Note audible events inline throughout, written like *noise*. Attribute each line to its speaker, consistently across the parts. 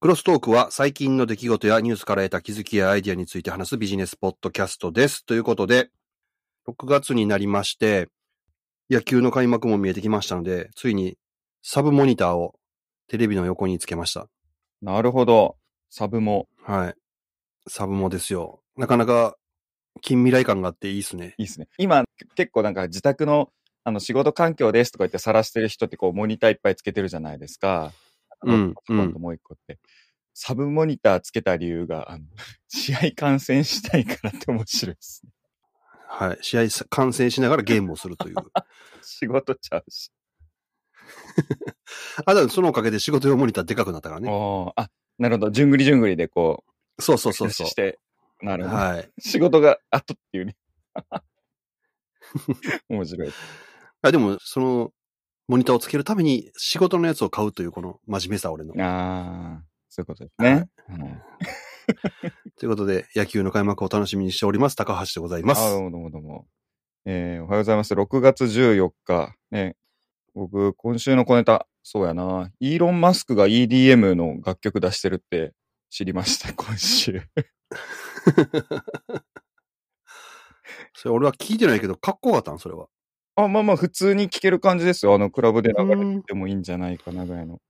Speaker 1: クロストークは最近の出来事やニュースから得た気づきやアイディアについて話すビジネスポッドキャストです。ということで、6月になりまして、野球の開幕も見えてきましたので、ついにサブモニターをテレビの横につけました。
Speaker 2: なるほど。サブも
Speaker 1: はい。サブモですよ。なかなか近未来感があっていいですね。
Speaker 2: いいですね。今、結構なんか自宅のあの仕事環境ですとか言って晒してる人ってこうモニターいっぱいつけてるじゃないですか。
Speaker 1: うん
Speaker 2: パソコンともう一個って。サブモニターつけた理由が、あの *laughs* 試合観戦したいからって面白いですね。
Speaker 1: はい。試合さ観戦しながらゲームをする
Speaker 2: *laughs*
Speaker 1: という。
Speaker 2: 仕事ちゃうし。
Speaker 1: あ、だからそのおかげで仕事用モニターでかくなったからね。
Speaker 2: おーあ、なるほど。じゅんぐりじゅんぐりでこう、
Speaker 1: そうそうそうそ
Speaker 2: *laughs* 出しして、な
Speaker 1: う。
Speaker 2: るほど。
Speaker 1: はい。
Speaker 2: 仕事が後っていうね。 *laughs* 面白い。
Speaker 1: あ、でも、その、モニターをつけるために仕事のやつを買うという、この真面目さ、俺の。
Speaker 2: ああ、そういうことですね。うん
Speaker 1: ということで、野球の開幕を楽しみにしております。高橋でございま
Speaker 2: あ、
Speaker 1: す
Speaker 2: ど。うもどうもどうも。えー、おはようございます。6月14日。ね、僕、今週の小ネタ、そうやな。イーロン・マスクが EDM の楽曲出してるって知りま
Speaker 1: *laughs*
Speaker 2: した、今週。
Speaker 1: *laughs* それ俺は聞いてないけど、かっこよかったんそれは。
Speaker 2: あ、まあまあ、普通に聴ける感じですよ。あの、クラブで流れ
Speaker 1: うん
Speaker 2: ててもいいんじゃないかなぐらいの。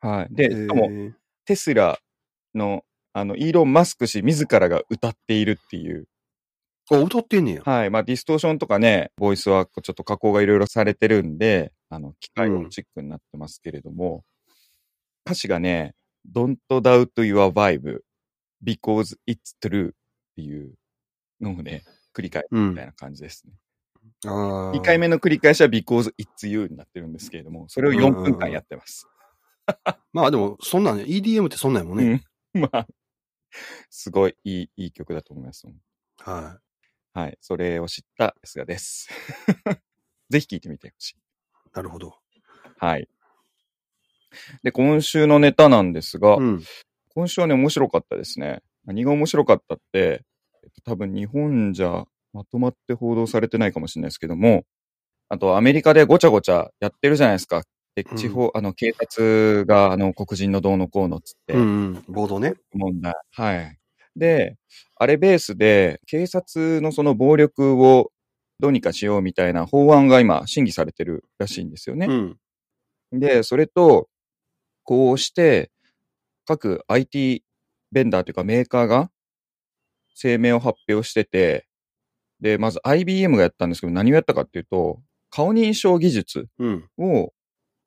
Speaker 2: はい。で、しか
Speaker 1: え
Speaker 2: も、
Speaker 1: ー
Speaker 2: テスラの、あの、イーロン・マスク氏自らが歌っているっていう。
Speaker 1: あ、歌ってんねや。
Speaker 2: はい。まあ、ディストーションとかね、ボイスはちょっと加工がいろいろされてるんで、あの、機械音チックになってますけれども、歌詞がね、Don't doubt your vibe because it's true っていうのをね、繰り返す
Speaker 1: う
Speaker 2: み
Speaker 1: ん
Speaker 2: たい。な感じですね。
Speaker 1: あ
Speaker 2: 2回
Speaker 1: 目。
Speaker 2: 目の繰り返しは because it's you になってるんですけれども、それを4分間やってます。
Speaker 1: まあでも、そんなんね、EDM ってそんなんやもんね。
Speaker 2: うん。 *laughs* まあ、すごいいい、いい曲だと思います。
Speaker 1: は
Speaker 2: はい。それを知ったすがです。 *laughs* ぜひ聴いてみてほしい。
Speaker 1: い。なるほど。
Speaker 2: はい。で、今週のネタなんですが、
Speaker 1: うん。
Speaker 2: 今週はね、面白かったですね。何が面白かったって、えっと多分日本じゃまとまって報道されてないかもしれないですけども、あとアメリカでごちゃごちゃやってるじゃないですか。で、
Speaker 1: うん
Speaker 2: 地方、あの、警察が、あの、黒人のどうのこうのっつって、
Speaker 1: うんうん。暴動ね。
Speaker 2: 問題。はい。で、あれベースで、警察のその暴力をどうにかしようみたいな法案が今、審議されてるらしいんですよね。
Speaker 1: うん。
Speaker 2: で、それと、こうして、各 IT ベンダーというかメーカーが声明を発表してて、で、まず IBM がやったんですけど、何をやったかっていうと、顔認証技術
Speaker 1: うん。
Speaker 2: を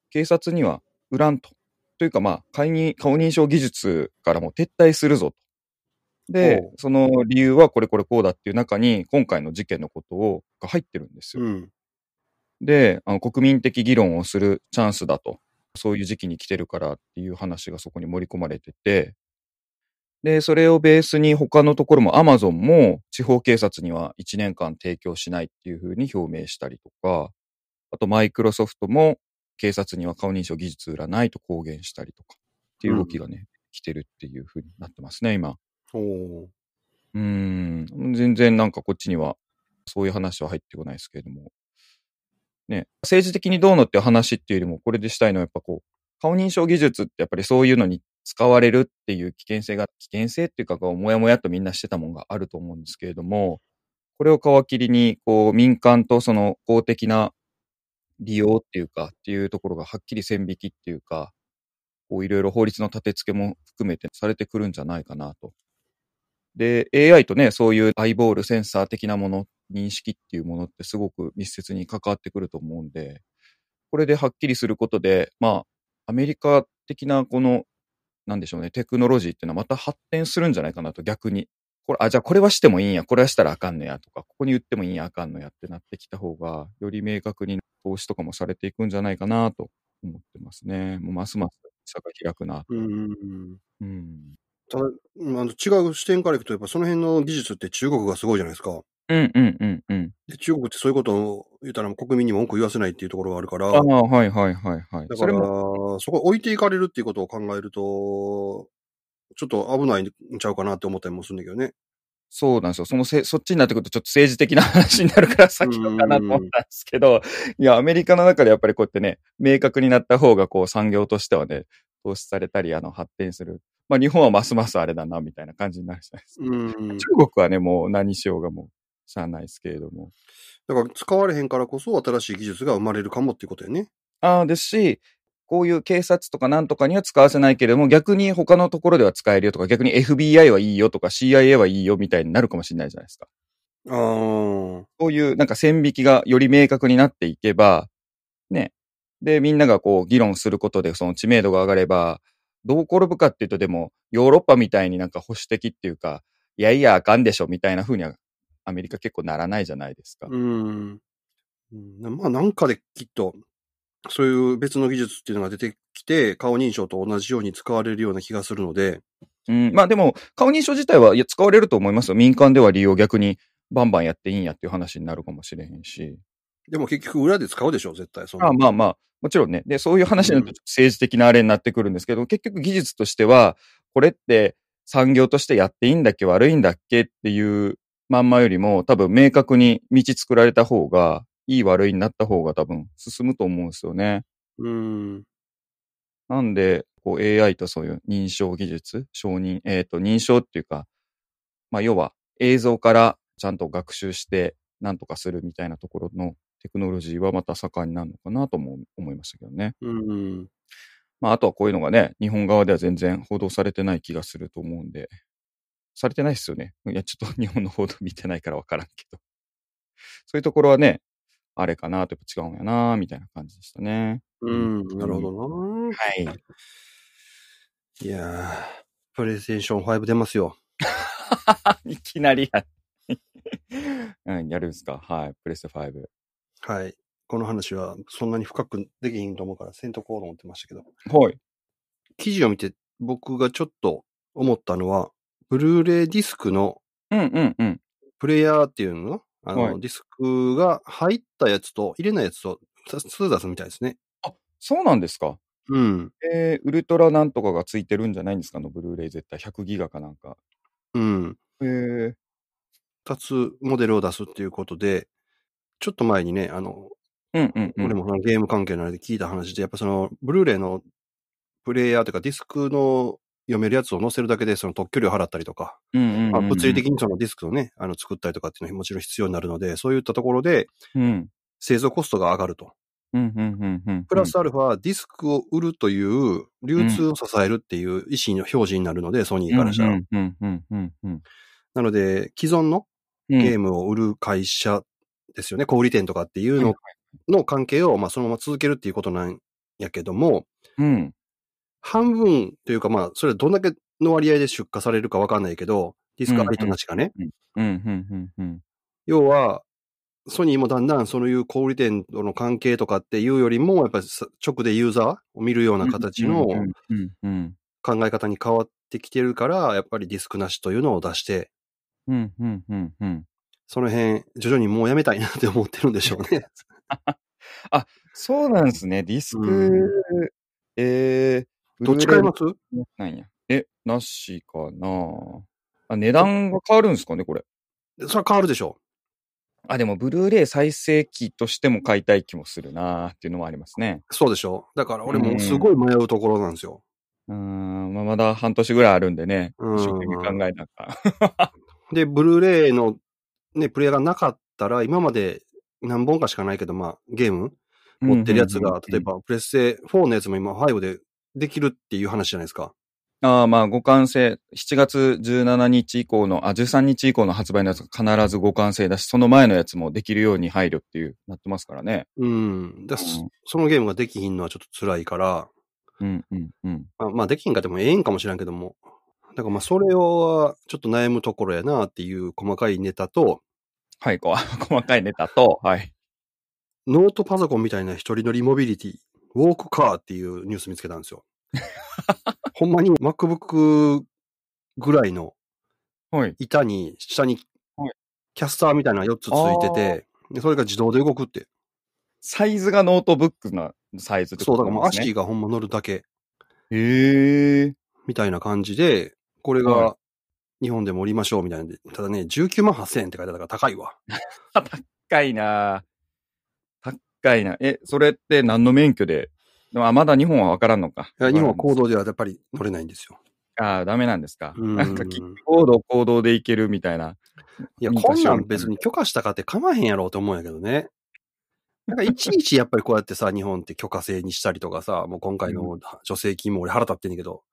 Speaker 2: 警察には売らんと。というか、まあ、顔認顔認証技術からも撤退するぞと。で
Speaker 1: おう、
Speaker 2: その理由はこれこれこうだっていう中に、今回の事件のことをが入ってるんですよ。
Speaker 1: うん。
Speaker 2: で、あの国民的議論をするチャンスだと、そういう時期に来てるからっていう話がそこに盛り込まれてて、で、それをベースに他のところも Amazon も地方警察には1年間提供しないっていうふうに表明したりとか、あとマイクロソフトも警察には顔認証技術売らないと公言したりとかっていう動きがね、来てるっていうふうになってますね、今。
Speaker 1: おお。
Speaker 2: うーん、全然なんかこっちにはそういう話は入ってこないですけれども。ね、政治的にどうのっていう話っていうよりも、これでしたいのはやっぱこう、顔認証技術ってやっぱりそういうのに使われるっていう危険性が、危険性っていうかこう、もやもやっとみんなしてたもんがあると思うんですけれども、これを皮切りに、こう、民間とその公的な利用っていうか、っていうところがはっきり線引きっていうか、こういろいろ法律の立て付けも含めてされてくるんじゃないかなと。で、AI とね、そういうアイボールセンサー的なもの、認識っていうものってすごく密接に関わってくると思うんで、これではっきりすることで、まあ、アメリカ的なこの、なんでしょうね、テクノロジーっていうのはまた発展するんじゃないかなと、逆に。これ、あ、じゃあこれはしてもいいんや、これはしたらあかんのやとか、ここに言ってもいいんや、あかんのやってなってきた方が、より明確に投資とかもされていくんじゃないかなと思ってますね。もうますます差が開くな。
Speaker 1: うん。
Speaker 2: うん。
Speaker 1: ただ、うんあの違う視点からいくと、やっぱその辺の技術って中国がすごいじゃないですか。
Speaker 2: うんうんうんうん。
Speaker 1: で中国ってそういうことを言ったら国民にも文句言わせないっていうところがあるから、
Speaker 2: ああ、はいはいはいはい。
Speaker 1: だ
Speaker 2: そ
Speaker 1: か
Speaker 2: れ
Speaker 1: ら、
Speaker 2: も
Speaker 1: そこ置いていかれるっていうことを考えると、ちょっと危ないんちゃうかなって思ったりもするんだけどね。
Speaker 2: そうなんですよ。そのせ、そっちになってくるとちょっと政治的な話になるから先のかなと思ったんです
Speaker 1: *laughs*
Speaker 2: けど、いや、アメリカの中でやっぱりこうやってね、明確になった方がこう産業としてはね、投資されたり、あの、発展する。まあ、日本はますますあれだな、みたいな感じになるじゃないですか。
Speaker 1: うん。
Speaker 2: 中国はね、もう何しようがもう、しゃあないですけれども。
Speaker 1: だから使われへんからこそ新しい技術が生まれるかもっていうことやね。
Speaker 2: ああ、ですし、こういう警察とかなんとかには使わせないけれども、逆に他のところでは使えるよとか、逆に FBI はいいよとか CIA はいいよみたいになるかもしれないじゃないですか。
Speaker 1: ああ。
Speaker 2: こういうなんか線引きがより明確になっていけば、ね。で、みんながこう議論することでその知名度が上がれば、どう転ぶかっていうとでも、ヨーロッパみたいになんか保守的っていうか、いやいやあかんでしょみたいな風にはアメリカ結構ならないじゃないですか。
Speaker 1: うん。うんまあなんかできっと、そういう別の技術っていうのが出てきて、顔認証と同じように使われるような気がするので、
Speaker 2: うん、まあでも、顔認証自体はいや使われると思いますよ。民間では利用逆にバンバンやっていいんやっていう話になるかもしれへんし。
Speaker 1: でも結局裏で使うでしょ、絶対。そんな
Speaker 2: まあまあまあ、もちろんね。で、そういう話になるとちょっと政治的なあれになってくるんですけど、結局技術としては、これって産業としてやっていいんだっけ悪いんだっけっていうまんまよりも、多分明確に道作られた方が、いい悪いになった方が多分進むと思うんですよね。
Speaker 1: うん。
Speaker 2: なんで、こう AI とそういう認証技術、承認、えっ、と、認証っていうか、まあ、要は映像からちゃんと学習して何とかするみたいなところのテクノロジーはまた盛んになるのかなとも思いましたけどね。
Speaker 1: うん。
Speaker 2: まあ、あとはこういうのがね、日本側では全然報道されてない気がすると思うんで、されてないですよね。いや、ちょっと日本の報道見てないからわからんけど。そういうところはね、あれかなと、やっぱ違うんやなみたいな感じでしたね。
Speaker 1: うん。なるほどな。
Speaker 2: *laughs* はい。
Speaker 1: いやー、プレイステーション5出ますよ。
Speaker 2: いきなりや。 *laughs* うん、やるんすかはい。プレステ5。
Speaker 1: はい。この話はそんなに深くできひんと思うから、せんとこうと思ってましたけど。
Speaker 2: はい。
Speaker 1: 記事を見て僕がちょっと思ったのは、ブルーレイディスクの
Speaker 2: うんうんうん。
Speaker 1: プレイヤーっていうのあの、
Speaker 2: はい
Speaker 1: ディスクが入ったやつと入れないやつとさ2出すみたいですね。
Speaker 2: そうなんですか
Speaker 1: うん。
Speaker 2: えー、ウルトラなんとかがついてるんじゃないんですかあの、ブルーレイ絶対100ギガかなんか。
Speaker 1: うん。
Speaker 2: えー、
Speaker 1: 2つモデルを出すっていうことで、ちょっと前にね、あの、
Speaker 2: うんうんうん。
Speaker 1: 俺もそのゲーム関係のあれで聞いた話で、やっぱその、ブルーレイのプレイヤーというかディスクの読めるやつを載せるだけでその特許料払ったりとか、
Speaker 2: うんうんうんうん、
Speaker 1: まあ物理的にそのディスクをね、あの作ったりとかっていうのはもちろん必要になるので、そういったところで
Speaker 2: うん。
Speaker 1: 製造コストが上がると。
Speaker 2: うんうんうんうんうん。
Speaker 1: プラスアルファ、ディスクを売るという、流通を支えるっていう意思の表示になるので、ソニーからしたら。
Speaker 2: うんうんうんうんうん
Speaker 1: なので、既存の
Speaker 2: うん。
Speaker 1: ゲームを売る会社ですよね、小売店とかっていうのの関係を、まあ、そのまま続けるっていうことなんやけども、
Speaker 2: うん。
Speaker 1: 半分というか、まあ、それはどんだけの割合で出荷されるかわかんないけど、ディスクありとなしかね。
Speaker 2: うんうんうんうん。
Speaker 1: 要は、ソニーもだんだんそういう小売店との関係とかっていうよりも、やっぱりさ直でユーザーを見るような形の
Speaker 2: うんうんうん
Speaker 1: 考え方に変わってきてるから、やっぱりディスクなしというのを出して、
Speaker 2: うんうんうんうん。
Speaker 1: その辺、徐々にもうやめたいなって思ってるんでし
Speaker 2: *laughs*
Speaker 1: ょうね。
Speaker 2: そうなんですね。ディスク、
Speaker 1: うん
Speaker 2: えー、
Speaker 1: どっち買います
Speaker 2: なんや。え、なしかなあ、値段が変わるんですかね、これ。
Speaker 1: それは変わるでしょ
Speaker 2: あ、でも、ブルーレイ再生機としても買いたい気もするなっていうのもありますね。
Speaker 1: う。そうでしょう。だから俺
Speaker 2: うん
Speaker 1: もすごい迷うところなんですよ。
Speaker 2: うーん、まあ、まだ半年ぐらいあるんでね。
Speaker 1: うん
Speaker 2: 一生懸命考えなが
Speaker 1: で、ブルーレイのね、プレイヤーがなかったら、今まで何本かしかないけど、まあ、ゲーム
Speaker 2: ら。
Speaker 1: *laughs* 持ってるやつが、例え
Speaker 2: ば。
Speaker 1: ば、プレステ4のやつも今、5でできるっていう話じゃないですか。
Speaker 2: ああ、まあ、互換性、7月17日以降の、あ、13日以降の発売のやつが必ず互換性だし、その前のやつもできるように配慮っていう、なってますからね。
Speaker 1: うん。だ
Speaker 2: うん
Speaker 1: そのゲームができひんのはちょっと辛いから、
Speaker 2: うん、うん、うん。
Speaker 1: まあ、まあできんかでもええんかもしれんけども。だからまあそれはちょっと悩むところやなっていう細かいネタと、
Speaker 2: はい、こう、 *laughs* 細かいネタと、はい。
Speaker 1: ノートパソコンみたいな一人乗りモビリティ、ウォークカーっていうニュース見つけたんです
Speaker 2: *laughs*
Speaker 1: よ。ほんまに MacBook ぐらいの
Speaker 2: はい。
Speaker 1: 板に下に
Speaker 2: はい
Speaker 1: キャスターみたいなのが4つついてて、でそれが自動で動くって。
Speaker 2: サイズがノートブックなサイズって
Speaker 1: そう、
Speaker 2: こ
Speaker 1: だか
Speaker 2: と
Speaker 1: ら
Speaker 2: な
Speaker 1: も
Speaker 2: ん
Speaker 1: う
Speaker 2: ですね。
Speaker 1: 足がほんま乗るだけ
Speaker 2: へえ。
Speaker 1: みたいな感じで、これ
Speaker 2: は
Speaker 1: が日本でも売りましょうみたいなんで、ただね、19万8000円って書いてあったから高いわ。
Speaker 2: 高いなぁ高いなえ、それって何の免許ででもあまだ日本は分からんのか。
Speaker 1: いや日本は行動ではやっぱり取れないんですよ。
Speaker 2: ああ、ダメなんですか。
Speaker 1: うん
Speaker 2: なんか、キック行動、行動でいけるみたいな。
Speaker 1: いや、こんなん別に許可したかって構わへんやろうと思うんやけどね。なんかいちいちやっぱりこうやってさ、日本って許可制にしたりとかさ、もう今回の助成金も俺腹立ってんねんけど。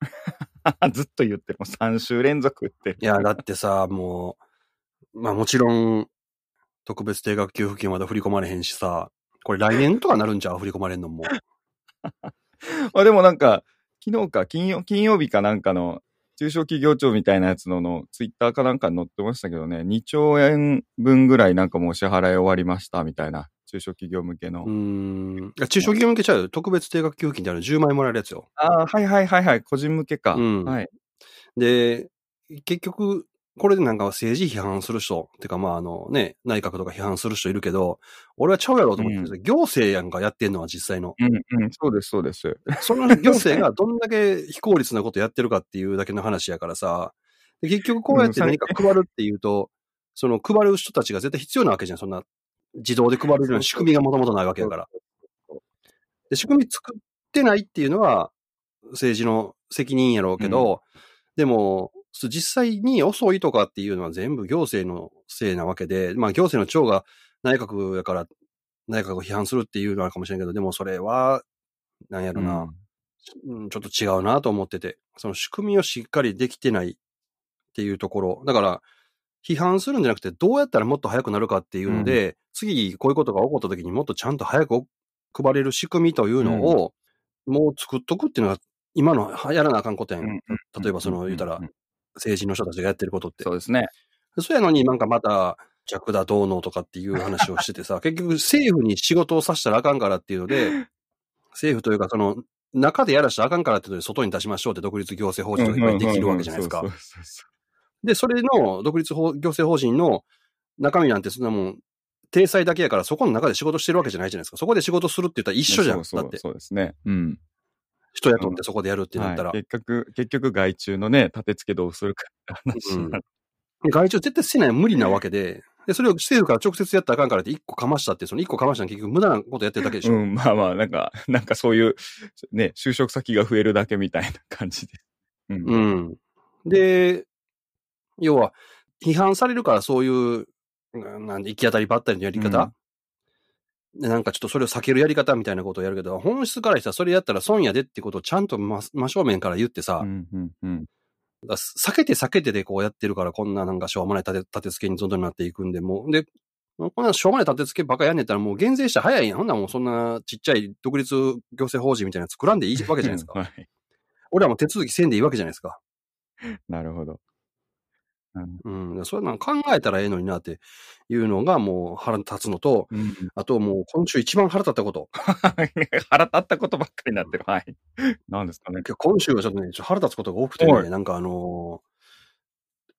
Speaker 2: *laughs* ずっと言ってる。もう3週連続言って
Speaker 1: いや、だってさ、もう、まあもちろん、特別定額給付金まだ振り込まれへんしさ、これ来年とかなるんちゃう振り込まれんのも。
Speaker 2: る。あでもなんか、昨日か、金曜、金曜日かなんかの、中小企業庁みたいなやつのの、ツイッターかなんかに載ってましたけどね、2兆円分ぐらいなんかもう支払い終わりましたみたいな、中小企業向けの。
Speaker 1: うーん。いや中小企業向けちゃうよ。特別定額給付金ってあの10万円もらえるやつよ。
Speaker 2: ああ、はいはいはいはい、個人向けか。
Speaker 1: うん
Speaker 2: はい。
Speaker 1: で、結局、これでなんか政治批判する人、てかまああのね、内閣とか批判する人いるけど、俺はちゃうやろと思ってるんですよ、行政やんかやってんのは実際の。
Speaker 2: うんうん、そうですそうです。
Speaker 1: *laughs* その行政がどんだけ非効率なことやってるかっていうだけの話やからさ、で結局こうやって何か配るっていうと、その配る人たちが絶対必要なわけじゃん、そんな自動で配れるような仕組みがもともとないわけやから。で、仕組み作ってないっていうのは政治の責任やろうけど、でも、そう実際に遅いとかっていうのは全部行政のせいなわけで、まあ行政の長が内閣やから内閣を批判するっていうのはあるかもしれんけど、でもそれは、なんやろな、
Speaker 2: うん
Speaker 1: うんちょっと違うなと思ってて、その仕組みをしっかりできてないっていうところ。だから、批判するんじゃなくて、どうやったらもっと早くなるかっていうので、次こういうことが起こった時にもっとちゃんと早く配れる仕組みというのを、もう作っとくっていうのが、今のはやらなあかんことやん。
Speaker 2: うん
Speaker 1: 例えばその、言うたら
Speaker 2: んん、ん
Speaker 1: 政治の人たちがやってることって。
Speaker 2: そうですね。
Speaker 1: そうやのになんかまた、弱だどうのとかっていう話をしてて
Speaker 2: *laughs*
Speaker 1: さ、結局政府に仕事をさせたらあかんからっていうので、政府というかその、中でやらしたらあかんからっていうので外に出しましょうって独立行政法人とかいっぱいできるわけじゃないですか
Speaker 2: うんうんう。んそうそうそうそう
Speaker 1: で、それの独立法行政法人の中身なんてそんなもん、体裁だけやからそこの中で仕事してるわけじゃないじゃないですか。そこで仕事するって言ったら一緒じゃん。
Speaker 2: そうそう
Speaker 1: だって、
Speaker 2: そうですね。うん。っ
Speaker 1: 人雇ってそこでやるってなったら。
Speaker 2: 結局、結局、外注のね、立て付けどうするかって話になる。
Speaker 1: で外注絶対せない無理なわけで、で、それを政府から直接やったらあかんからって一個かましたって、その一個かましたの結局無駄なことやってるだけでしょ。
Speaker 2: うん、まあまあ、なんか、 *laughs* なんかそういう、ね、就職先が増えるだけみたいな感じで。うん。うん
Speaker 1: うん。で、要は、批判されるからそういう、うんなんで、行き当たりばったりのやり方、でなんかちょっとそれを避けるやり方みたいなことをやるけど、本質からしたらそれやったら損やでってことをちゃんと真真正面から言ってさ、
Speaker 2: うんうん
Speaker 1: だから避けて避けてでこうやってるから、こんななんかしょうもない立て立て付けにどんどんなっていくんで、もう、で、こんなしょうもない立て付けばっかやんねったらもう減税したら早いやん。ほんならもうそんなちっちゃい独立行政法人みたいなの作らんでいいわけじゃないですか。
Speaker 2: はい。
Speaker 1: 俺らも手続きせんでいいわけじゃないですか。
Speaker 2: なるほど。
Speaker 1: うん、そういうの考えたらええのになっていうのがもう腹立つのと、
Speaker 2: うん
Speaker 1: あともう今週一番腹立ったこと。
Speaker 2: *laughs* 腹立ったことばっかりになってる。はい。なんですかね。
Speaker 1: 今週はちょっとね、ちょっと腹立つことが多くて
Speaker 2: は
Speaker 1: ね、
Speaker 2: い
Speaker 1: なんかあのー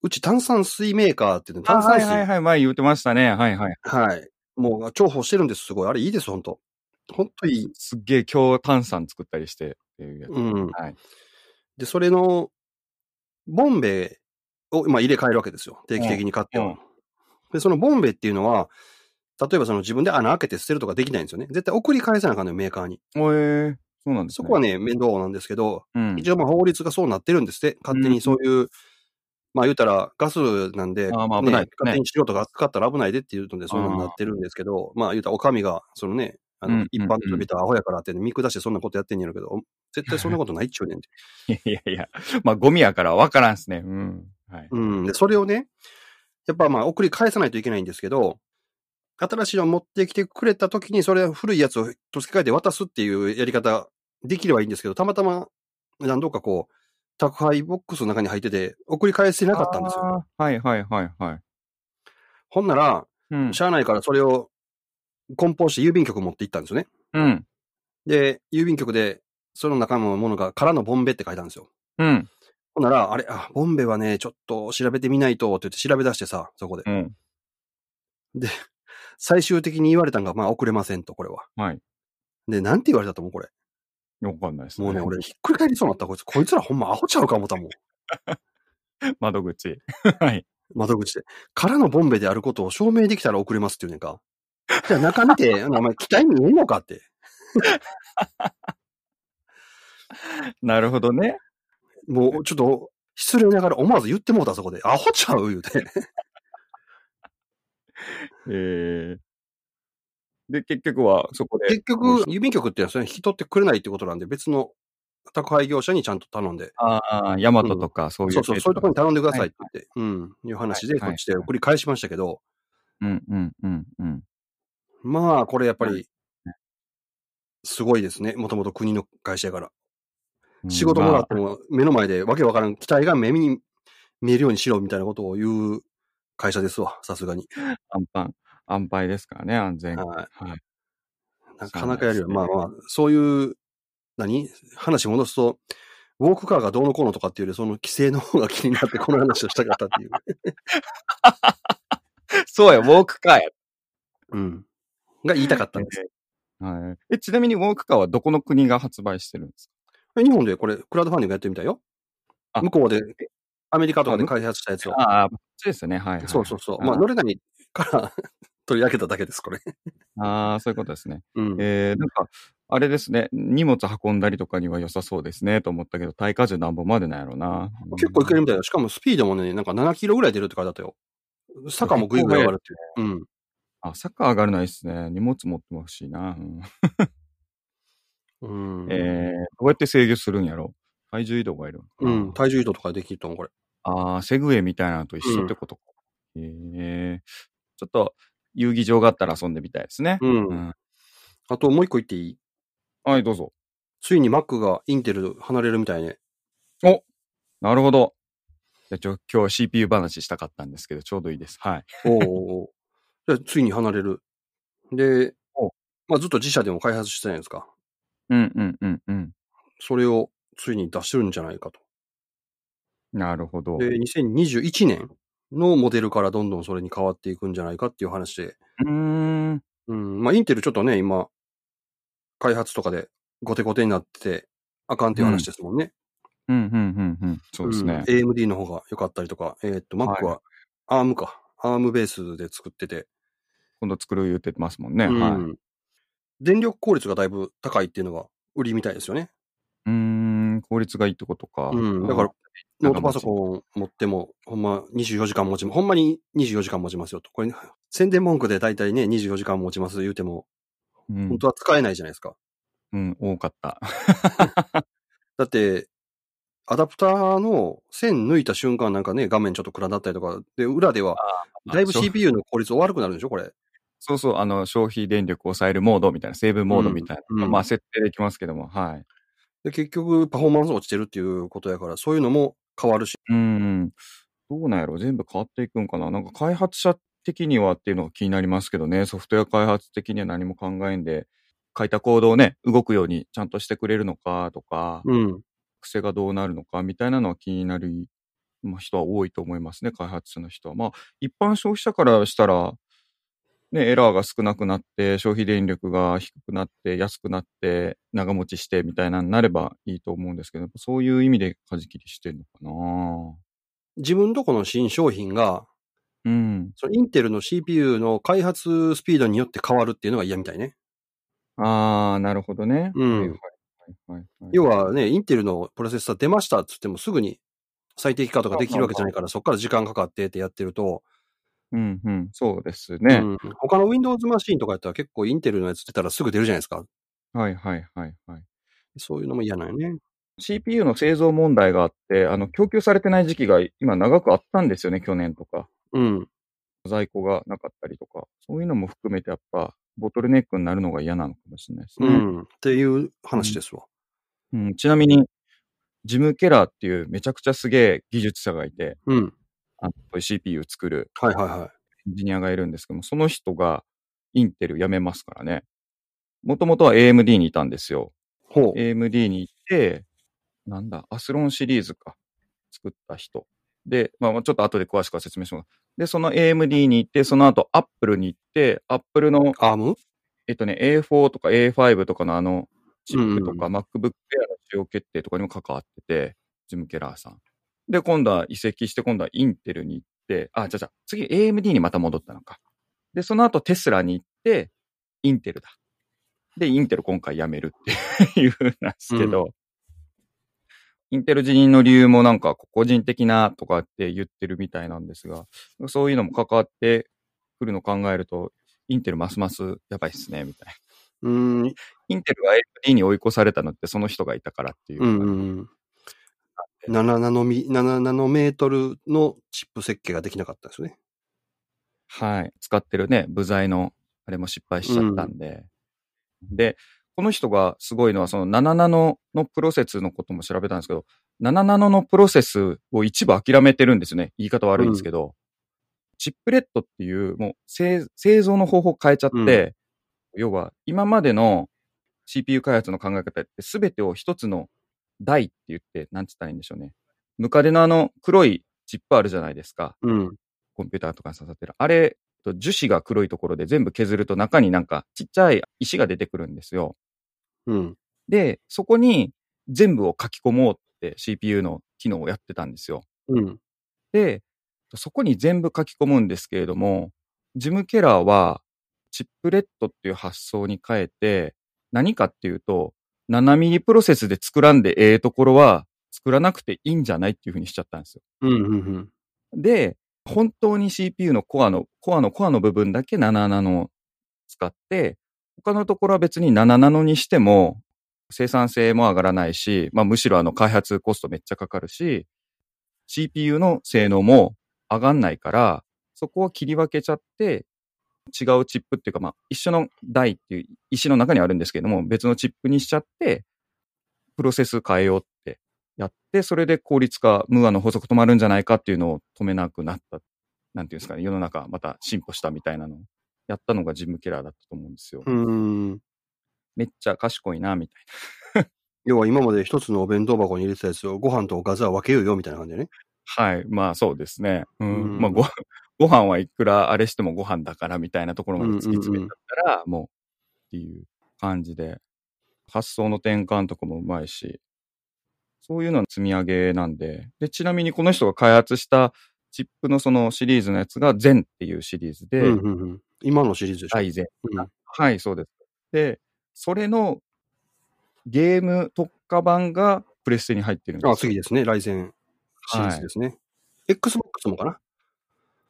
Speaker 1: うち炭酸水メーカーっていうの、
Speaker 2: あ
Speaker 1: 炭
Speaker 2: は
Speaker 1: 酸
Speaker 2: い
Speaker 1: 水、
Speaker 2: はいはい、前言ってましたね。はいはい。
Speaker 1: はい。もう重宝してるんです、すごい。あれいいです、ほんと。ほんといい。
Speaker 2: すっげえ今日炭酸作ったりしてっていうやつ。
Speaker 1: うん。
Speaker 2: はい。
Speaker 1: で、それの、ボンベを、まあ、入れ替えるわけですよ。定期的に買っては。
Speaker 2: うんうん
Speaker 1: で、そのボンベっていうのは、例えばその自分で穴開けて捨てるとかできないんですよね。絶対送り返さなあかんのよ、メーカーに。
Speaker 2: おえー、そうなんです
Speaker 1: そ
Speaker 2: ね。
Speaker 1: こはね、面倒なんですけど、
Speaker 2: うん、
Speaker 1: 一応まあ法律がそうなってるんですって、勝手にそういう、まあ言うたらガスなんで、
Speaker 2: あーまあ危ない
Speaker 1: ね勝手に素人が扱ったら危ないでっていうので、そういうのになってるんですけど、まあ言うたらお上が、そのね、あ
Speaker 2: うんうん
Speaker 1: の
Speaker 2: うん
Speaker 1: 一般の人見たらアホやからってね見下してそんなことやってんやろうけど、お絶対そんなことないっちゅうねんて。
Speaker 2: いやいやいや、まあ、ゴミやから分からんっすね。うん。はい。
Speaker 1: うん。で、それをね、やっぱまあ送り返さないといけないんですけど、新しいのを持ってきてくれた時に、それ古いやつを付け替えて渡すっていうやり方できればいいんですけど、たまたま何度かこう、宅配ボックスの中に入ってて、送り返せなかったんですよ。
Speaker 2: よ。はいはいはいはい。
Speaker 1: ほんなら、
Speaker 2: うん
Speaker 1: 社内からそれを梱包して郵便局持って行ったんですよね。
Speaker 2: うん。
Speaker 1: で、郵便局で、その中のものが、空のボンベって書いたんですよ。
Speaker 2: うん。
Speaker 1: ほんなら、あれ、あ、ボンベはね、ちょっと調べてみないと、って言って調べ出してさ、そこで。
Speaker 2: うん。
Speaker 1: 最終的に言われたんが、まあ、遅れませんと、これは。
Speaker 2: はい。
Speaker 1: で、なんて言われたと思う、これ。
Speaker 2: わかんないですね。
Speaker 1: もうね、俺、ひっくり返りそうになった、こいつ。こいつらほんまアホちゃうか思ったもん。
Speaker 2: *laughs* 窓口。はい。
Speaker 1: 窓口で。空のボンベ
Speaker 2: *laughs*
Speaker 1: であることを証明できたら遅れますって言うねんか。じゃあ中見て、あのお前、機体見えんのかって。
Speaker 2: なるほどね。
Speaker 1: もう、ちょっと、失礼ながら思わず言ってもうた、そこで。アホちゃう言うて。
Speaker 2: えーで、 *laughs* 結局は、そこで。
Speaker 1: 結局、郵便局ってのはそれ引き取ってくれないってことなんで、別の宅配業者にちゃんと頼んで、
Speaker 2: ああ、ヤマトとか、そういう
Speaker 1: そ
Speaker 2: 系
Speaker 1: う
Speaker 2: と
Speaker 1: そう、そう
Speaker 2: か。
Speaker 1: いうところに頼んでくださいって言って、うん、いう話で、
Speaker 2: はい
Speaker 1: こっちで送り返しましたけど、
Speaker 2: うんうんうんうん。
Speaker 1: まあ、これやっぱ
Speaker 2: は
Speaker 1: り、すごいですね。もともと国の会社やから。
Speaker 2: うん
Speaker 1: 仕事もら
Speaker 2: ま
Speaker 1: っ
Speaker 2: あ
Speaker 1: ても、目の前でわけわからん、機体が目に見えるようにしろみたいなことを言う会社ですわ、さすがに。
Speaker 2: 安パン、安パイですからね、安全。
Speaker 1: はい *laughs*
Speaker 2: はい。
Speaker 1: なかなかやるよ。
Speaker 2: そう
Speaker 1: ま
Speaker 2: な
Speaker 1: あ
Speaker 2: んですね
Speaker 1: まあ、そういう、何話戻すと、ウォークカーがどうのこうのとかっていうより、その規制の方が気にな
Speaker 2: *laughs*
Speaker 1: って、この話をしたかったっていう。
Speaker 2: そうや、ウォークカーや。
Speaker 1: うん。が言いたかったんです。
Speaker 2: はい。え、ちなみにウォークカーはどこの国が発売してるんです
Speaker 1: 日本でこれ、クラウドファンディングやってみたいよ。
Speaker 2: あ
Speaker 1: 向こうで、アメリカとかで開発したやつを
Speaker 2: か。ああ、そうですよね。はい、はい。
Speaker 1: そうそうそう。まあ、
Speaker 2: あ
Speaker 1: 乗れないから、取り上げただけです、これ。
Speaker 2: ああ、そういうことですね。
Speaker 1: うん。
Speaker 2: えー、なんか、あれですね。荷物運んだりとかには良さそうですね。と思ったけど、耐荷重なんぼまでなんやろうな。
Speaker 1: 結構いけるみたいだよしかもスピードもね、なんか7キロぐらい出るって書いてあったよ。坂もぐいぐい上がるっていう。うん。
Speaker 2: あ、サッカー上がるないですね。荷物持ってほしいな。うん
Speaker 1: うん。
Speaker 2: えー、どうやって制御するんやろう体重移動がいるのか
Speaker 1: う
Speaker 2: な。
Speaker 1: ん。体重移動とかできると思う、これ。
Speaker 2: ああ、セグウェイみたいなのと一緒ってことか。へえちょっと、遊技場があったら遊んでみたいですね。
Speaker 1: うん。
Speaker 2: うん
Speaker 1: あともう一個言っていい
Speaker 2: はい、どうぞ。
Speaker 1: ついに Mac がインテル離れるみたいね。
Speaker 2: なるほど。じゃあちょ、今日 CPU 話したかったんですけど、ちょうどいいです。はい。
Speaker 1: おうおうおうでついに離れる。で
Speaker 2: お、
Speaker 1: まあ、ずっと自社でも開発してたじゃないですか。
Speaker 2: うんうんうんうん。
Speaker 1: それをついに出してるんじゃないかと。
Speaker 2: なるほど。
Speaker 1: で、2021年のモデルからどんどんそれに変わっていくんじゃないかっていう話で。
Speaker 2: うーん。
Speaker 1: うん。まあ、インテルちょっとね、今、開発とかでゴテゴテになってて、あかんっていう話ですもんね。
Speaker 2: うんうんうんうん。そうですね。
Speaker 1: うん AMD の方が良かったりとか、えーっと、Mac は ARM か。ARM ベースで作ってて。
Speaker 2: 今度作る言ってますもんね。
Speaker 1: うん
Speaker 2: はい。う
Speaker 1: 電力効率がだいぶ高いっていうのが売りみたいですよね。
Speaker 2: ーん。効率がいいってことか。
Speaker 1: うん、だから、ノートパソ
Speaker 2: ン。
Speaker 1: コン持っても、ほんま24時間持ちま、ほんまに24時間持ちますよと。これ、宣伝文句で大体ね、24時間持ちます言うても、
Speaker 2: うん
Speaker 1: 本当は使えないじゃないですか。
Speaker 2: うん、多かった。
Speaker 1: だって、アダプターの線抜いた瞬間なんかね、画面ちょっと暗なったりとか、で、裏では、だいぶ
Speaker 2: そう
Speaker 1: CPU の効率悪くなるでしょ、これ。
Speaker 2: そうそう、あの、消費電力を抑えるモードみたいな、セーブモードみたいな、
Speaker 1: うん
Speaker 2: まあ、設定できますけども、はい。
Speaker 1: で、結局、パフォーマンス落ちてるっていうことやから、そういうのも変わるし、
Speaker 2: うん。どうなんやろ全部変わっていくんかななんか開発者的にはっていうのが気になりますけどね、ソフトウェア開発的には何も考えんで、書いたコードをね、動くようにちゃんとしてくれるのかとか、
Speaker 1: うん。
Speaker 2: 癖がどうなるのかみたいなのは気になるまあ人は多いと思いますね、開発者の人は。まあ、一般消費者からしたら、ね、エラーが少なくなって、消費電力が低くなって、安くなって、長持ちしてみたいなのになればいいと思うんですけど、そういう意味で舵切りしてるのか
Speaker 1: 自分とこの新商品が、
Speaker 2: なうん。
Speaker 1: そのインテルの CPU の開発スピードによって変わるっていうのが嫌みたいね。
Speaker 2: ああ、なるほどね。
Speaker 1: うん
Speaker 2: はいはいはいはい
Speaker 1: 要はね、インテルのプロセッサー出ましたっつってもすぐに最適化とかできるわけじゃないから、そこから時間かかってってやってると、
Speaker 2: うんうん、そうですね。
Speaker 1: うん他の Windows マシンとかやったら結構インテルのやつ出たらすぐ出るじゃないですか。
Speaker 2: はいはいはいはい。
Speaker 1: そういうのも嫌なんよね。
Speaker 2: CPU の製造問題があって、あの、供給されてない時期が今長くあったんですよね、去年とか。
Speaker 1: うん。
Speaker 2: 在庫がなかったりとか、そういうのも含めてやっぱ、ボトルネックになるのが嫌なのかもしれないです
Speaker 1: う
Speaker 2: ね。
Speaker 1: ん。っていう話ですわ。
Speaker 2: うんちなみに、ジム・ケラーっていうめちゃくちゃすげえ技術者がいて、
Speaker 1: うん。
Speaker 2: あのこういう CPU を作る
Speaker 1: はいはいはい。
Speaker 2: エンジニアがいるんですけども、その人がインテル辞めますからね。もともとは AMD にいたんですよ。
Speaker 1: ほう。
Speaker 2: AMD に行って、なんだ、アスロンシリーズか、作った人。で、まあ、まあちょっと後で詳しくは説明します。で、その AMD に行って、その後 Apple に行って、Apple の
Speaker 1: アーム
Speaker 2: えっとね、A4 とか A5 とかのあの、チップとか、
Speaker 1: う
Speaker 2: MacBook Air の使用決定とかにも関わってて、ジム・ケラーさん。で、今度は移籍して、今度はインテルに行って、あ、じゃじゃ次 AMD にまた戻ったのか。で、その後テスラに行って、インテルだ。で、インテル今回辞めるっていう風なんですけど、インテル辞任の理由もなんか個人的なとかって言ってるみたいなんですが、そういうのも関わってくるのを考えると、インテルますますやばいっすね、みたいな。
Speaker 1: うーん、
Speaker 2: インテルが AMD に追い越されたのってその人がいたからっていう
Speaker 1: う
Speaker 2: の
Speaker 1: ん
Speaker 2: が。
Speaker 1: うん。7ナノミ、7ナノメートルのチップ設計ができなかったですね。
Speaker 2: はい。使ってるね、部材の、あれも失敗しちゃったんで。で、この人がすごいのは、その7ナノのプロセスのことも調べたんですけど、7ナノのプロセスを一部諦めてるんですよね。言い方悪いんですけど。チップレットっていう、もう製製造の方法を変えちゃって、要は今までの CPU 開発の考え方って全てを一つの台って言って、なんつったらいいんでしょうね。ムカデのあの黒いチップあるじゃないですか。
Speaker 1: うん。
Speaker 2: コンピューターとかに刺さってる。あれ、と樹脂が黒いところで全部削ると中になんかちっちゃい石が出てくるんですよ。
Speaker 1: うん。
Speaker 2: で、そこに全部を書き込もうって CPU の機能をやってたんですよ。
Speaker 1: うん。
Speaker 2: で、そこに全部書き込むんですけれども、ジム・ケラーはチップレットっていう発想に変えて、何かっていうと、7ミリプロセスで作らんでええところは作らなくていいんじゃないっていうふうにしちゃったんですよ
Speaker 1: うん。うん。
Speaker 2: で、本当に CPU のコアの、コアのコアの部分だけ7ナノを使って、他のところは別に7ナノにしても生産性も上がらないし、まあむしろあの開発コストめっちゃかかるし、CPU の性能も上がんないから、そこを切り分けちゃって、違うチップっていうか、まあ一緒の台っていう石の中にあるんですけども、別のチップにしちゃって、プロセス変えようってやって、それで効率化、ムーアの法則止まるんじゃないかっていうのを止めなくなった。なんていうんですかね、世の中また進歩したみたいなのをやったのがジム・ケラーだったと思うんですよ。
Speaker 1: うん。うん。
Speaker 2: めっちゃ賢いな、みたい
Speaker 1: 要は今まで一つのお弁当箱に入れてたやつをご飯とおかずは分けようよみたいな感じでね。
Speaker 2: な。はい。まあそうですね。うん。
Speaker 1: うん
Speaker 2: まあご、 *laughs* ご飯はいくらあれしてもご飯だからみたいなところまで突き詰めたら、もう、っていう感じで、発想の転換とかもうまいし、そういうのは積み上げなんで、で、ちなみにこの人が開発したチップのそのシリーズのやつが Zen っていうシリーズで、
Speaker 1: うんうんうん。今のシリーズでしょ。
Speaker 2: 大前
Speaker 1: うん
Speaker 2: はい、そうです。で、それのゲーム特化版がプレステに入ってるんですよ
Speaker 1: あ、次ですね。ライゼンシリーズですね。Xbox もかな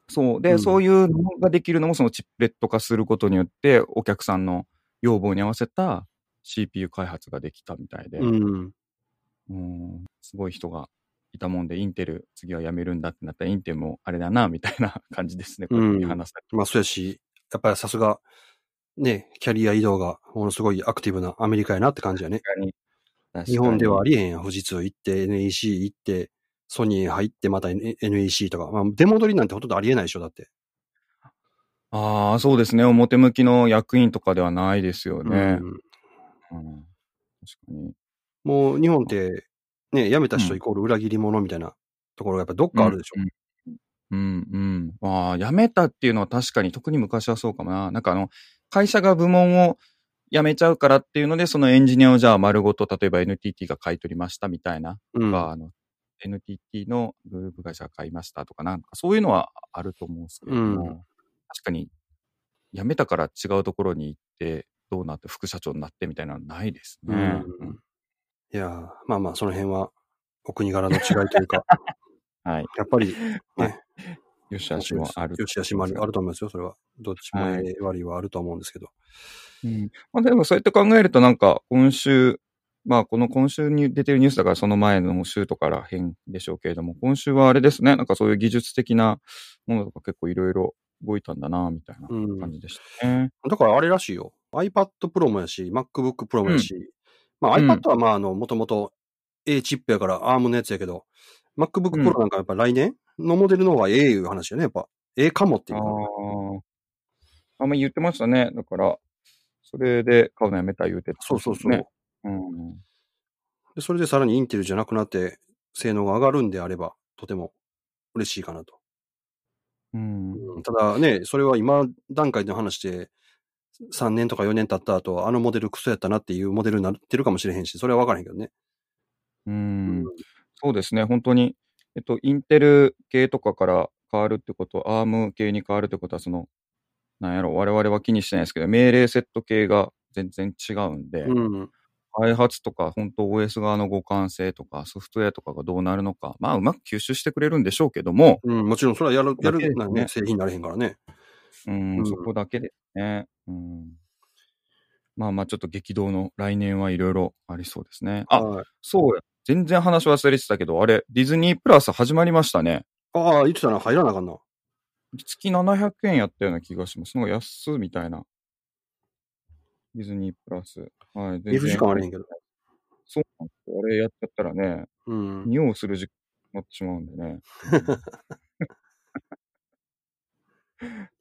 Speaker 2: そう。で、
Speaker 1: うん
Speaker 2: そういうのができるのも、そのチップレット化することによって、お客さんの要望に合わせた CPU 開発ができたみたいで、
Speaker 1: うん。
Speaker 2: うんすごい人がいたもんで、インテル、次は辞めるんだってなったら、インテルもあれだな、みたいな *laughs* 感じですね、こういうふうに話されて
Speaker 1: まあそうやし、やっぱりさすが、ね、キャリア移動がものすごいアクティブなアメリカやなって感じやね。
Speaker 2: 確かに確かに
Speaker 1: 日本ではありえへんやん。富士通行って NEC 行って、ソニー入ってまた NEC とか。まあ出戻りなんてほとんどありえないでしょ、だって。
Speaker 2: ああ、そうですね。表向きの役員とかではないですよね
Speaker 1: う。ん
Speaker 2: うん確かに。
Speaker 1: もう日本って、ね、辞めた人イコール裏切り者みたいなところがやっぱどっかあるでしょ。
Speaker 2: うんうん。ああ、辞めたっていうのは確かに、特に昔はそうかもな。なんかあの、会社が部門を辞めちゃうからっていうので、そのエンジニアをじゃあ丸ごと、例えば NTT が買い取りましたみたいな、
Speaker 1: うん。
Speaker 2: とかあの NTT のグループ会社が買いましたとか、なんかそういうのはあると思うんですけれども、
Speaker 1: うん
Speaker 2: 確かに辞めたから違うところに行って、どうなって副社長になってみたいなのはないですね。
Speaker 1: うんいやーまあまあ、その辺は、お国柄の違いという *laughs* か、
Speaker 2: はい。
Speaker 1: やっぱり、
Speaker 2: よしあしもある。
Speaker 1: よしあしもあるあると思いますよ、それは。どっちもええ割はあると思うんですけど。
Speaker 2: うんまあ、でもそうやって考えるとなんか今週、まあこの今週に出てるニュースだからその前の週とから変でしょうけれども、今週はあれですね、なんかそういう技術的なものとか結構いろいろ動いたんだな、みたいな
Speaker 1: うん
Speaker 2: 感じでしたね。
Speaker 1: だからあれらしいよ。iPad Pro もやし、MacBook Pro もやし、まあ
Speaker 2: うん
Speaker 1: iPad はまあ、あの、もともと A チップやから ARM のやつやけど、MacBook
Speaker 2: うん
Speaker 1: Pro なんかやっぱ来年のモデルの方がええいう話よね、やっぱ。ええかもっていう
Speaker 2: あ
Speaker 1: か。
Speaker 2: ーあんまり言ってましたね。だから、それで買うのやめた言うてた、
Speaker 1: そうそうそう、
Speaker 2: ね。うん。
Speaker 1: で。それでさらにインテルじゃなくなって、性能が上がるんであれば、とても嬉しいかなと。
Speaker 2: うん。
Speaker 1: うんただね、それは今段階の話で、3年とか4年経った後、あのモデルクソやったなっていうモデルになってるかもしれへんし、それは分からへんけどね。
Speaker 2: う
Speaker 1: うん
Speaker 2: ん。そうですね、本当に、えっと、インテル系とかから変わるってこと、アーム系に変わるってことは、その、なんやろ、我々は気にしてないですけど、命令セット系が全然違うんで、
Speaker 1: うん。
Speaker 2: 開発とか、本当 OS 側の互換性とか、ソフトウェアとかがどうなるのか、まあ、うまく吸収してくれるんでしょうけども、
Speaker 1: うん。もちろん、それはやる、やるならね、
Speaker 2: ね
Speaker 1: 製品になれへんからね。
Speaker 2: うん
Speaker 1: うん
Speaker 2: そこだけですね。うんまあまあ、ちょっと激動の来年はいろいろありそうですね。あ、
Speaker 1: はい
Speaker 2: そうや。全然話忘れてたけど、あれ、ディズニープラス始まりましたね。
Speaker 1: ああ、言ってたな、入らなあかんな。
Speaker 2: 月700円やったような気がします。なんか安みたいな。ディズニープラス。はい。
Speaker 1: 見る時間あれへん
Speaker 2: け
Speaker 1: けど。
Speaker 2: ど。そうなんですよ。あれやっちゃったらね、
Speaker 1: うん。
Speaker 2: 匂いする時間になってしまうんでね。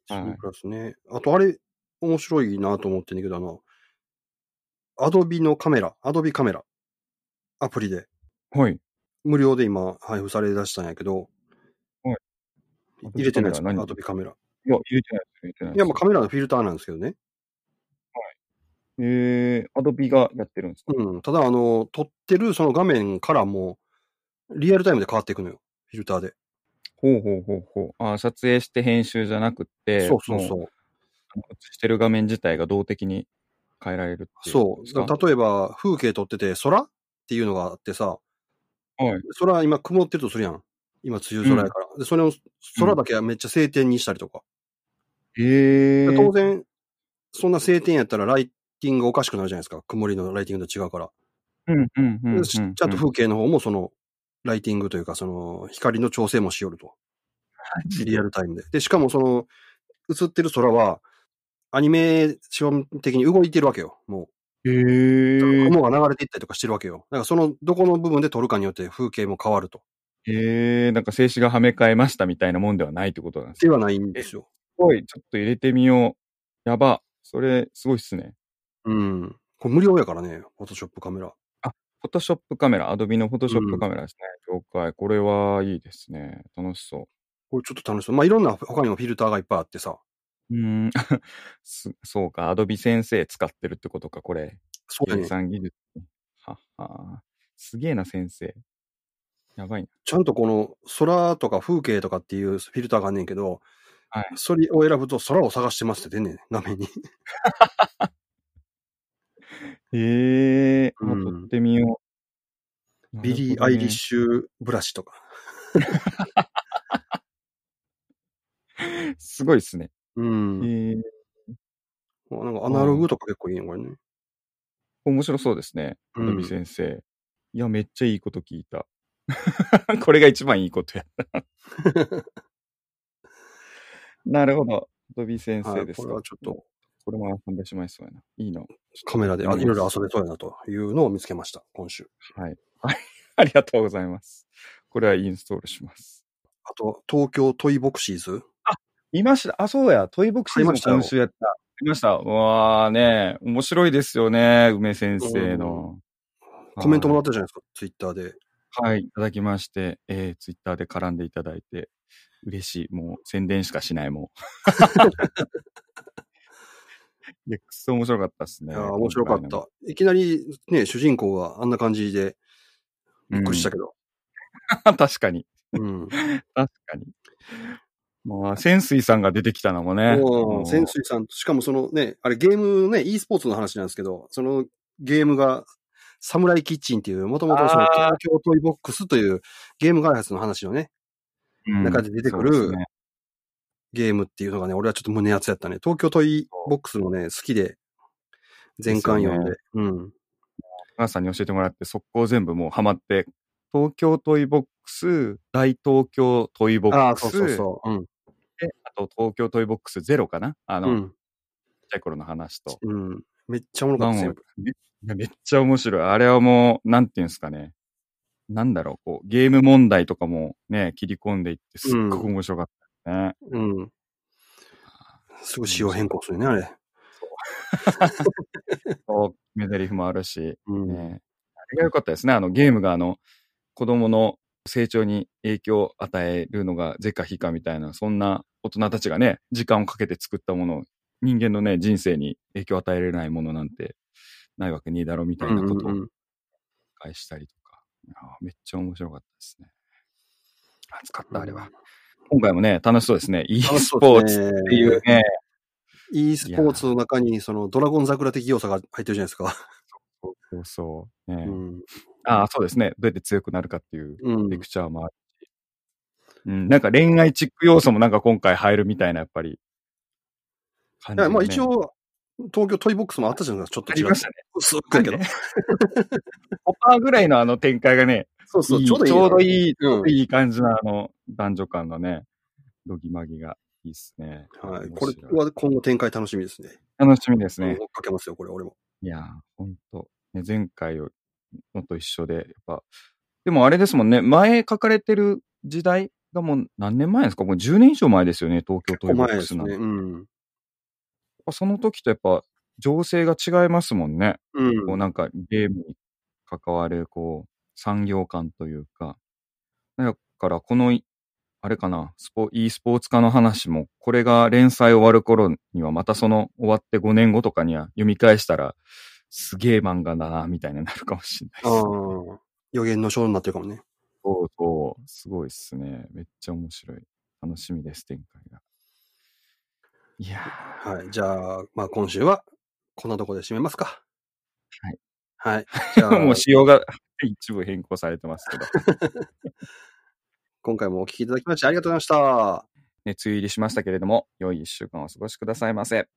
Speaker 2: はい
Speaker 1: プラスね。あと、あれ、面白いなと思ってんだけど、あの、アドビのカメラ、アドビカメラ、アプリで、
Speaker 2: はい。
Speaker 1: 無料で今、配布されだしたんやけど、
Speaker 2: はい
Speaker 1: 入れてないですか、
Speaker 2: Adobe カメラ何
Speaker 1: アドビカメラ。
Speaker 2: いや、入れてないです。入れてない
Speaker 1: い
Speaker 2: です。
Speaker 1: や、まあカメラのフィルターなんですけどね。
Speaker 2: えー、アドビがやってるんですか、
Speaker 1: うん。ただ、あの、撮ってるその画面からも、リアルタイムで変わっていくのよ。フィルターで。
Speaker 2: ほうほうほうほう。あー撮影して編集じゃなくって、
Speaker 1: そうそう
Speaker 2: も
Speaker 1: そう。
Speaker 2: あの映してる画面自体が動的に変えられるっていう
Speaker 1: そ
Speaker 2: ことです
Speaker 1: う。
Speaker 2: か。
Speaker 1: だから例えば、風景撮ってて、空っていうのがあってさ、
Speaker 2: はい。
Speaker 1: 空今曇ってるとするやん。今、梅雨空やから。で、それを、空だけはめっちゃ晴天にしたりとか。
Speaker 2: ええ
Speaker 1: で当然、そんな晴天やったらライティングおかしくなるじゃないですか。曇りのライティングと違うから。
Speaker 2: うんうんうんうんうん
Speaker 1: でしちゃんと風景の方も、その、ライティングというか、その、光の調整もしよると。リアルタイムで。で、しかもその、映ってる空は、アニメーション的に動いてるわけよ。もう。
Speaker 2: へえ
Speaker 1: 雲が流れていったりとかしてるわけよ。だからそのどこの部分で撮るかによって風景も変わると。
Speaker 2: へえなんか静止がはめ替えましたみたいなもんではないってことなんですね
Speaker 1: ではないんですよ。
Speaker 2: すごい、ちょっと入れてみよう。やば。それ、すごいっすね。
Speaker 1: うん。これ無料やからね、フォトショップカメラ。
Speaker 2: フォトショップカメラ、アドビのフォトショップカメラですね。了解。これはいいですね。楽しそ
Speaker 1: これちょっと楽しそう。まあ、いろんな他にもフィルターがいっぱいあってさ。
Speaker 2: う。うーん。 *laughs* すそうか、アドビ先生使ってるってことか、これ。
Speaker 1: そうや
Speaker 2: 計
Speaker 1: ね。
Speaker 2: 算技術。はっは。すげえな、先生。やばいな。
Speaker 1: ちゃんとこの空とか風景とかっていうフィルターがあんねんけど、
Speaker 2: はい
Speaker 1: それを選ぶと空を探してますって出んねん、画面に。
Speaker 2: へえ
Speaker 1: う
Speaker 2: ー、
Speaker 1: ん
Speaker 2: あ撮ってみよう。
Speaker 1: ビリー・
Speaker 2: な
Speaker 1: ア
Speaker 2: るほどね
Speaker 1: イリッシュブラシとか。
Speaker 2: すごいですね。
Speaker 1: うん。
Speaker 2: えー、
Speaker 1: なんかアナログとか結構いいね、これね。
Speaker 2: 面白そうですね。
Speaker 1: う
Speaker 2: ア
Speaker 1: ん
Speaker 2: ドビ先生。いや、めっちゃいいこと聞いた。 *laughs* これが一番いいことや。
Speaker 1: *laughs*
Speaker 2: なるほど。アドビ先
Speaker 1: は
Speaker 2: 生
Speaker 1: い、
Speaker 2: です
Speaker 1: こ
Speaker 2: か。
Speaker 1: れはちょっと
Speaker 2: これも遊んでしまいそうやな。いいの。 *laughs*
Speaker 1: カメラであ
Speaker 2: うん
Speaker 1: いろいろ遊べそうやなというのを見つけました、今週。
Speaker 2: はい。ありがとうございます。これはインストールします。
Speaker 1: あと、東京トイボクシーズ。
Speaker 2: いました。あ、そうや。トイボクシーズ
Speaker 1: ありま
Speaker 2: も
Speaker 1: したよ
Speaker 2: 今週やった。いました。うわーね。面白いですよね。梅先生の。
Speaker 1: コメントもら
Speaker 2: は
Speaker 1: っ
Speaker 2: い
Speaker 1: たじゃないですか、ツイッターで。
Speaker 2: はい、いただきまして、えー、ツイッターで絡んでいただいて、嬉しい。もう宣伝しかしない、も
Speaker 1: *laughs*
Speaker 2: う。いや、くっそ面白かったです
Speaker 1: い
Speaker 2: ね。
Speaker 1: やー面白かっ
Speaker 2: 今回の。
Speaker 1: た。いきなりね、主人公があんな感じでびっくりしたけど。
Speaker 2: うん *laughs* 確かに。 *laughs*
Speaker 1: うん。
Speaker 2: 確かに。まあ、潜水さんが出てきたのもね。
Speaker 1: も
Speaker 2: も
Speaker 1: う、
Speaker 2: う
Speaker 1: 潜水さん、しかもそのね、あれゲームね、e スポーツの話なんですけど、そのゲームが、サムライキッチンっていう、もともとその
Speaker 2: あー
Speaker 1: 東京トイボックスというゲーム開発の話のね、
Speaker 2: うん
Speaker 1: 中で出てくる
Speaker 2: そうですね
Speaker 1: ゲームっていうのがね、俺はちょっと胸熱やったね。東京トイボックスもね、好きで、全巻読んで。うん。
Speaker 2: 母さんに教えてもらって、速攻全部もうハマって、東京トイボックス、大東京トイボ
Speaker 1: あ
Speaker 2: ッ
Speaker 1: あ、
Speaker 2: ク
Speaker 1: そ
Speaker 2: ス、
Speaker 1: うそうそう。うん。
Speaker 2: であと東京トイボックスゼロかなあの、
Speaker 1: う
Speaker 2: ちっ
Speaker 1: ん。
Speaker 2: ちゃい頃の話と。
Speaker 1: うん。めっちゃおもろかった、全部。
Speaker 2: めいやめっちゃ面白い。あれはもう、なんていうんですかね。なんだろう、こう、ゲーム問題とかもね、切り込んでいって、すっごく面白かったね。
Speaker 1: うん。すぐ仕様変更するね、あれ。
Speaker 2: こうメダリフもあるし、
Speaker 1: うん。
Speaker 2: ね。あれが良かったですね。あの、ゲームがあの、子供の成長に影響を与えるのが是か非かみたいな、そんな大人たちがね、時間をかけて作ったものを、人間のね、人生に影響を与えられないものなんて、ないわけにいいだろうみたいなことを
Speaker 1: うんうんうん
Speaker 2: 返したりとか。あーめっちゃ面白かったですね。暑かった、あれは。今回もね、楽しそうですね。e
Speaker 1: 楽し
Speaker 2: ス
Speaker 1: そう
Speaker 2: ポー
Speaker 1: です
Speaker 2: ツ
Speaker 1: ね
Speaker 2: っていうね、
Speaker 1: e スポーツの中に、その、ドラゴン桜的要素が入ってるじゃないですか。
Speaker 2: そうそうそう。ね
Speaker 1: うん。
Speaker 2: ああ、そうですね。どうやって強くなるかっていう
Speaker 1: うん
Speaker 2: レ。クチャーもあるし。うん、なんか恋愛チック要素もなんか今回入るみたいな、やっぱり。感
Speaker 1: いや、まあ
Speaker 2: よね
Speaker 1: 一。応、東京トイボックスもあったじゃないですか、
Speaker 2: あ
Speaker 1: ち
Speaker 2: り
Speaker 1: ょっと違
Speaker 2: ま
Speaker 1: う
Speaker 2: し。たね。
Speaker 1: 薄くやけど。
Speaker 2: *laughs* オパーぐらいのあの展開がね、
Speaker 1: そうそう、
Speaker 2: いい
Speaker 1: ちょうどいい。
Speaker 2: ちょうど
Speaker 1: い。
Speaker 2: いい、
Speaker 1: うん
Speaker 2: いい感じのあの男女間のね、どぎまぎがいいっすね。
Speaker 1: はい。
Speaker 2: 面
Speaker 1: こ
Speaker 2: 白
Speaker 1: れは今後展開楽しみですね。
Speaker 2: 楽しみですね
Speaker 1: うん。追っかけますよ、これ、俺も。
Speaker 2: いやー、ほんと。ね、前回のと一緒で、やっぱ、でもあれですもんね、前書かれてる時代がもう何年前ですかもう10年以上前ですよね、東京トイ
Speaker 1: お
Speaker 2: ボ
Speaker 1: 前
Speaker 2: ック
Speaker 1: で
Speaker 2: ス
Speaker 1: す
Speaker 2: な
Speaker 1: ね。
Speaker 2: んて。
Speaker 1: うん。
Speaker 2: その時とやっぱ、情勢が違いますもんね。
Speaker 1: うん
Speaker 2: こうなんかゲームに関わる、こう、産業感というか。だから、このい、あれかな、スポ、e スポーツ化の話も、これが連載終わる頃には、またその終わって5年後とかには読み返したら、すげえ漫画だな、みたいになるかもしれない
Speaker 1: あ
Speaker 2: です。
Speaker 1: あ。予言の章になってるかもね。
Speaker 2: そうそう、すごいっすね。めっちゃ面白い。楽しみです、展開が。いやー
Speaker 1: はい。じゃあ、まあ今週は、こんなとこで締めますか。
Speaker 2: はい。
Speaker 1: はい。
Speaker 2: *laughs*
Speaker 1: じゃあ、
Speaker 2: *laughs* もう仕様が *laughs* 一部変更されてますけど。
Speaker 1: 今回もお聞きいただきましてありがとうございました。
Speaker 2: ね、梅雨入りしましたけれども、良い一週間をお過ごしくださいませ。